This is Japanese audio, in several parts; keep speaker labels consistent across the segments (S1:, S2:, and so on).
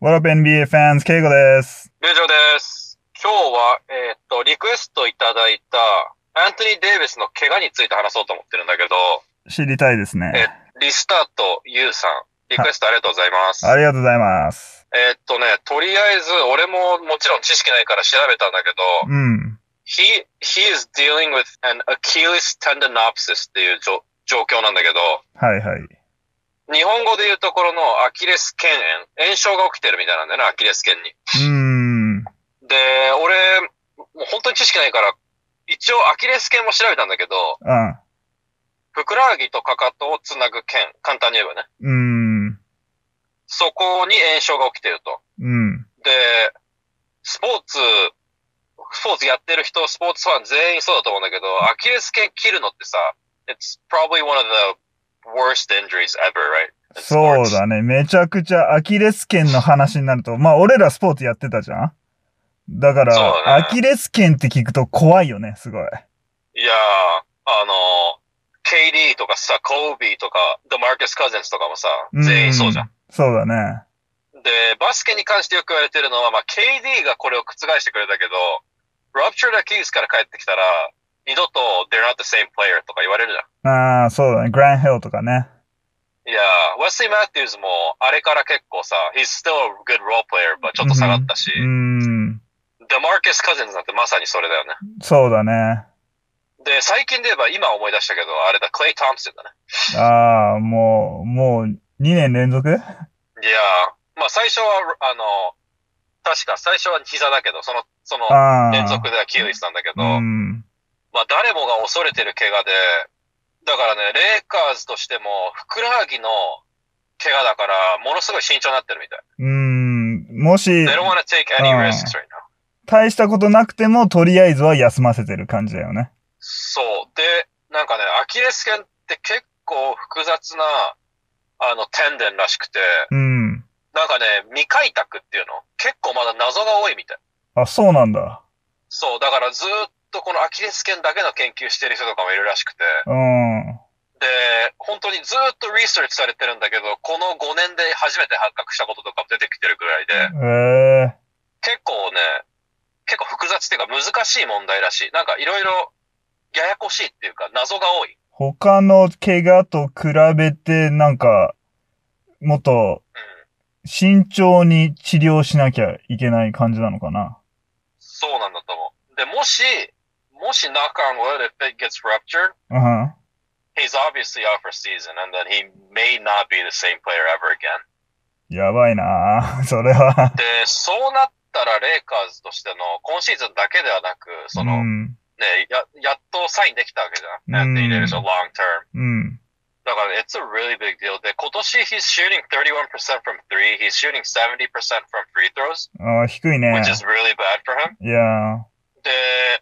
S1: What up NBA fans? ケイゴです。
S2: 以上です。今日は、えーっと、リクエストいただいた、アントニー・デイビスの怪我について話そうと思ってるんだけど、
S1: 知りたいですね。
S2: リスタート・ユウさん、リクエストありがとうございます。
S1: ありがとうございます。
S2: えーっとね、とりあえず、俺ももちろん知識ないから調べたんだけど、
S1: うん。
S2: he, he is dealing with an Achilles tendinopsis っていうじょ状況なんだけど、
S1: はいはい。
S2: 日本語で言うところのアキレス腱炎、炎症が起きてるみたいなんだよな、アキレス腱に。
S1: うーん。
S2: で、俺、もう本当に知識ないから、一応アキレス腱も調べたんだけど、
S1: あ
S2: ふくらはぎとかかとをつなぐ腱、簡単に言えばね。
S1: うん。う
S2: そこに炎症が起きてると。
S1: ーん。うん。
S2: で、スポーツ、スポーツやってる人、スポーツファン全員そうだと思うんだけど、アキレス腱切るのってさ、it's probably one of the worst injuries ever, right?
S1: そうだね。めちゃくちゃアキレス腱の話になると、まあ俺らスポーツやってたじゃんだか
S2: そう
S1: ら、
S2: だ
S1: ア
S2: ね
S1: キレス腱って聞くと怖いよね、すごい。
S2: いやー、あのー、KD とかさ、コービーとか、デマーケス・カゼンズとかもさ、
S1: うん
S2: 全員そうじゃん。。
S1: そうだね。
S2: で、バスケに関してよく言われてるのは、まあ、KD がこれを覆してくれたけど、ラプチャーダキースから帰ってきたら、二度と they're not the same player とか言われるじゃ
S1: ああ、そうだね。グランヘルとかね。
S2: ん。いやー、ウェスリー・マティーズも、あれから結構さ、he's still a good role player, but ちょっと下がったし、
S1: うーん。
S2: デマーケス・カゼンズなんてまさにそれだよね。
S1: そうだね。
S2: で、最近で言えば今思い出したけど、あれだ、クレイ・トンプソンだね。
S1: ああ、もう、もう、2年連続
S2: いやー、まあ最初は、あの、確か最初は膝だけど、その、その、
S1: ああ。
S2: 連続ではキーウイスなんだけど、
S1: うん。
S2: まあ誰もが恐れてる怪我で、だからね、レイカーズとしても、ふくらはぎの怪我だから、ものすごい慎重になってるみたい。
S1: うーん、もし
S2: They、don't want to take any
S1: うん
S2: risks right now.
S1: 大したことなくても、とりあえずは休ませてる感じだよね。
S2: そう。で、なんかね、アキレス腱って結構複雑な、あの、テンデンらしくて、
S1: うん。
S2: なんかね、未開拓っていうの結構まだ謎が多いみたい。
S1: あ、そうなんだ。
S2: そう。だからずーっとこのアキレス腱だけの研究してる人とかもいるらしくて、
S1: うん。
S2: で、本当にずーっとリサーチされてるんだけど、この5年で初めて発覚したこととかも出てきてるぐらい
S1: へえ
S2: で、結構ね、結構複雑っていうか難しい問題らしい。なんかいろいろややこしいっていうか謎が多い。
S1: 他の怪我と比べて、なんか、もっと
S2: うん。
S1: 慎重に治療しなきゃいけない感じなのかな。
S2: そうなんだと思う。で、もし、もし knock on wood, if it gets ruptured,
S1: うん。
S2: he's obviously out for season and then he may not be the same player ever again.
S1: やばいな それは。
S2: で、そうなったらレイカーズとしての今シーズンだけではなく、その、
S1: うん。
S2: ね、や、やっとサインできたわけじゃ
S1: うん
S2: ん。Anthony Davis, a long term.
S1: うん。
S2: だから、it's a really big deal. で、今年 he's shooting 31% from three. He's shooting 70% from free throws,
S1: あー低いね。
S2: which is really bad for him.
S1: いやー
S2: で、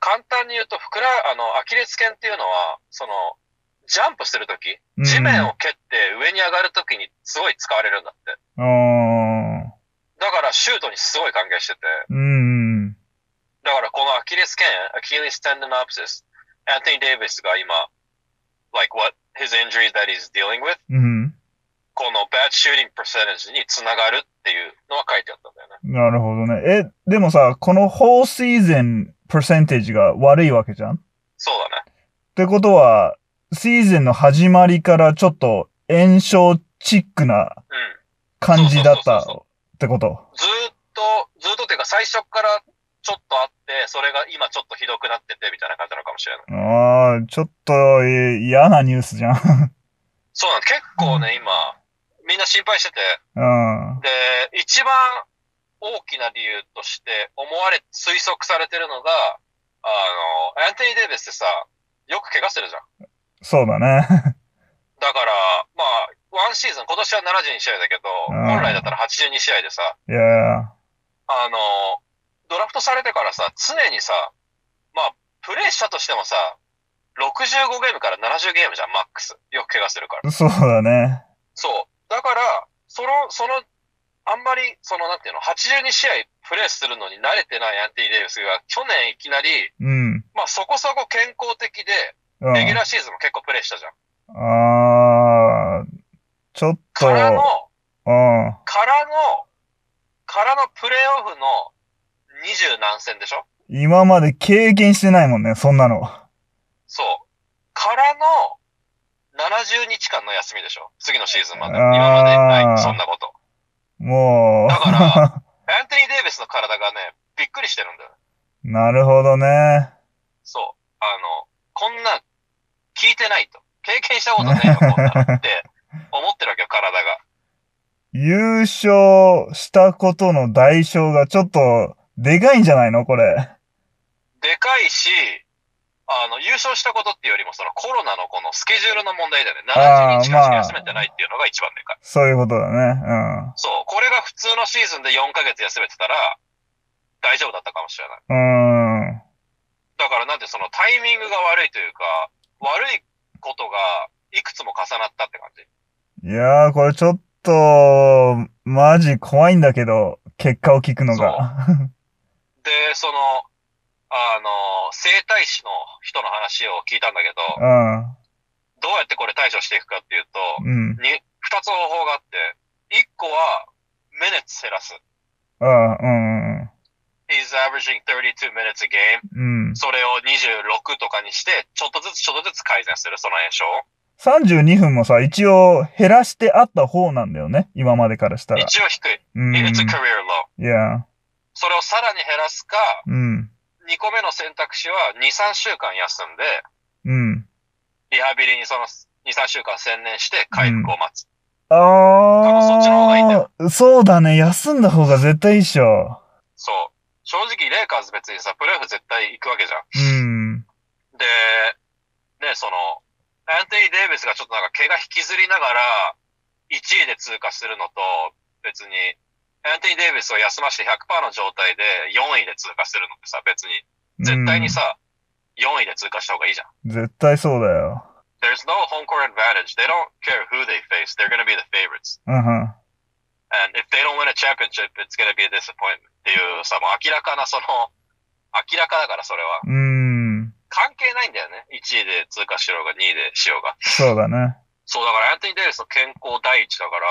S2: 簡単に言うと、ふくら、あの、アキレス腱っていうのは、その、ジャンプするとき、
S1: うん
S2: 地面を蹴って上に上がるときにすごい使われるんだって。
S1: あー。
S2: だから、シュートにすごい関係してて。
S1: うん。
S2: だからこのアキレス腱、アキレステンデンプシス、アンティ・デイビスが今、like what his injury that he's dealing with,
S1: うん。
S2: この bad shooting percentage につながるっていうのは書いてあったんだよね。
S1: なるほどね。え、でもさ、この whole season percentage が悪いわけじゃんっ
S2: そうだね。
S1: てことは、シーズンの始まりからちょっと炎症チックな
S2: うん。
S1: 感じだったっ
S2: そうそうそう
S1: てこと
S2: ずーっと、ずーっとっていうか最初からちょっとあって、それが今ちょっとひどくなっててみたいな感じなのかもしれない。
S1: ああ、ちょっとえー嫌なニュースじゃん。
S2: そうなの。結構ね、今、みんな心配してて、
S1: うん。
S2: で、一番大きな理由として思われ、推測されてるのが、あの、アンテニー・デイビスってさ、よく怪我するじゃん。
S1: そうだね。
S2: だから、まあ、ワンシーズン、今年は72試合だけど、
S1: うん
S2: 本来だったら82試合でさ、
S1: いや
S2: あの、ドラフトされてからさ、常にさ、まあ、プレイしたとしてもさ、65ゲームから70ゲームじゃん、マックス。よく怪我するから。
S1: ー、そうだね。
S2: そう。だから、その、その、あんまり、その、なんていうの、82試合プレーするのに慣れてないアンティ・デイビスが、去年いきなり、
S1: うん。
S2: まあそこそこ健康的で、
S1: うん、
S2: レギュラーシーズンも結構プレーしたじゃん。
S1: ああ、ちょっと、
S2: からの、
S1: うん。
S2: からの、からのプレーオフの二十何戦でしょ
S1: 今まで経験してないもんね、そんなの。
S2: そう。からの70日間の休みでしょ次のシーズンまで。
S1: あー
S2: 今までない、そんなこと。
S1: も
S2: だ
S1: う
S2: か。アントニー・デイビスの体がね、びっくりしてるんだよ。
S1: なるほどね。
S2: そう。あの、こんなん聞いてないと。経験したことねえよ、こんな のって思ってるわけよ、体が。
S1: 優勝したことの代償がちょっとでかいんじゃないのこれ。
S2: でかいし、あの、優勝したことっていうよりも、そのコロナのこのスケジュールの問題だよね。
S1: あー
S2: 70日間しか
S1: まあ
S2: 休めてないっていうのが一番でかい。
S1: そういうことだね。
S2: そう。これが普通のシーズンで4ヶ月休めてたら、大丈夫だったかもしれない。
S1: うん。うーん。
S2: だからなんでそのタイミングが悪いというか、悪いことがいくつも重なったって感じ。
S1: いやー、これちょっと、マジ怖いんだけど、結果を聞くのが。
S2: で、その、あの、整体師の人の話を聞いたんだけど、
S1: う
S2: どうやってこれ対処していくかっていうと、
S1: ん。うん。
S2: に、二つ方法があって、一個は、minutes 減らす。
S1: ああ、うん。うん
S2: He's averaging 32 minutes a game.
S1: うん。
S2: それを26とかにして、ちょっとずつちょっとずつ改善する、その炎症を
S1: 32分もさ、一応減らしてあった方なんだよね。今までからしたら。
S2: 一応低い。
S1: うん。い
S2: It's a career low.
S1: や、
S2: それをさらに減らすか、
S1: うん。
S2: 二個目の選択肢は、二、三週間休んで、
S1: うん。
S2: リハビリにその二、三週間専念して回復を待つ。そっちの方がいいんだ
S1: あ
S2: よ
S1: あ、そうだね。休んだ方が絶対いいっしょ。
S2: そう。正直、レイカーズ別にさ、プレーオフ絶対行くわけじゃん。
S1: うん。
S2: で、ね、その、アントニー・デイビスがちょっとなんか怪我引きずりながら、1位で通過するのと、別に、アントニー・デイビスを休まして100%の状態で4位で通過するのってさ、別に、絶対にさ、4位で通過した方がいいじゃん。
S1: うん。絶対そうだよ。
S2: There's no home court advantage. They don't care who they face. They're gonna be the favorites.
S1: うんうん。
S2: And if they don't win a championship, it's gonna be a disappointment. っていうさ、もう明らかなその、明らかだからそれは。
S1: うーん、
S2: 関係ないんだよね。1位で通過しようが2位でしようが。
S1: そうだね。
S2: そう、だからアントニー・デイビスの健康第一だから、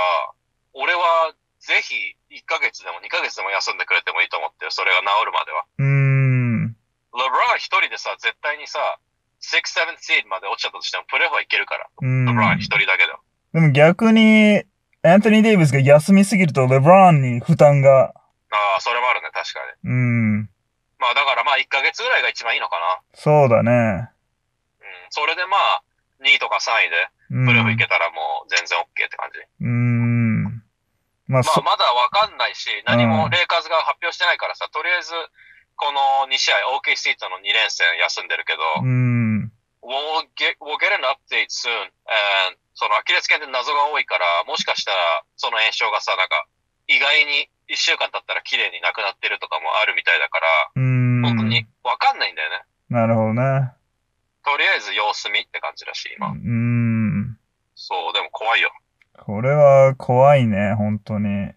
S2: 俺はぜひ1ヶ月でも2ヶ月でも休んでくれてもいいと思ってる。それが治るまでは。
S1: うーん、
S2: レブラン一人でさ、絶対にさ、6、7 seed まで落ちちゃったとしてもプレーオフはいけるから。
S1: うー
S2: レブラ
S1: ん
S2: ン一。人だけでも。
S1: でも逆に、アントニー・デイビスが休みすぎると、レブランに負担が、
S2: ああ、それもあるね、確かに。
S1: うーん、
S2: まあだからまあ1ヶ月ぐらいが一番いいのかな。
S1: そうだね。
S2: うん。それでまあ、2位とか3位で
S1: うん、
S2: プレーオフいうけたらもう全然 OK って感じ。
S1: ーん。まあ、
S2: まあ、
S1: そ、
S2: まだわかんないし、何もレイカーズが発表してないからさ、とりあえず、この2試合、OKC との2連戦休んでるけど、
S1: うーん、
S2: we'll, get, we'll get an update soon. And そのアキレス腱って謎が多いから、もしかしたらその炎症がさ、なんか、意外に1週間経ったら綺麗になくなってるとかもあるみたいだから、
S1: うーん。
S2: 本当にわかんないんだよね。
S1: なるほどね。
S2: とりあえず様子見って感じだし、
S1: う
S2: 今。
S1: ーん。
S2: そう、でも怖いよ。
S1: これは怖いね、本当に。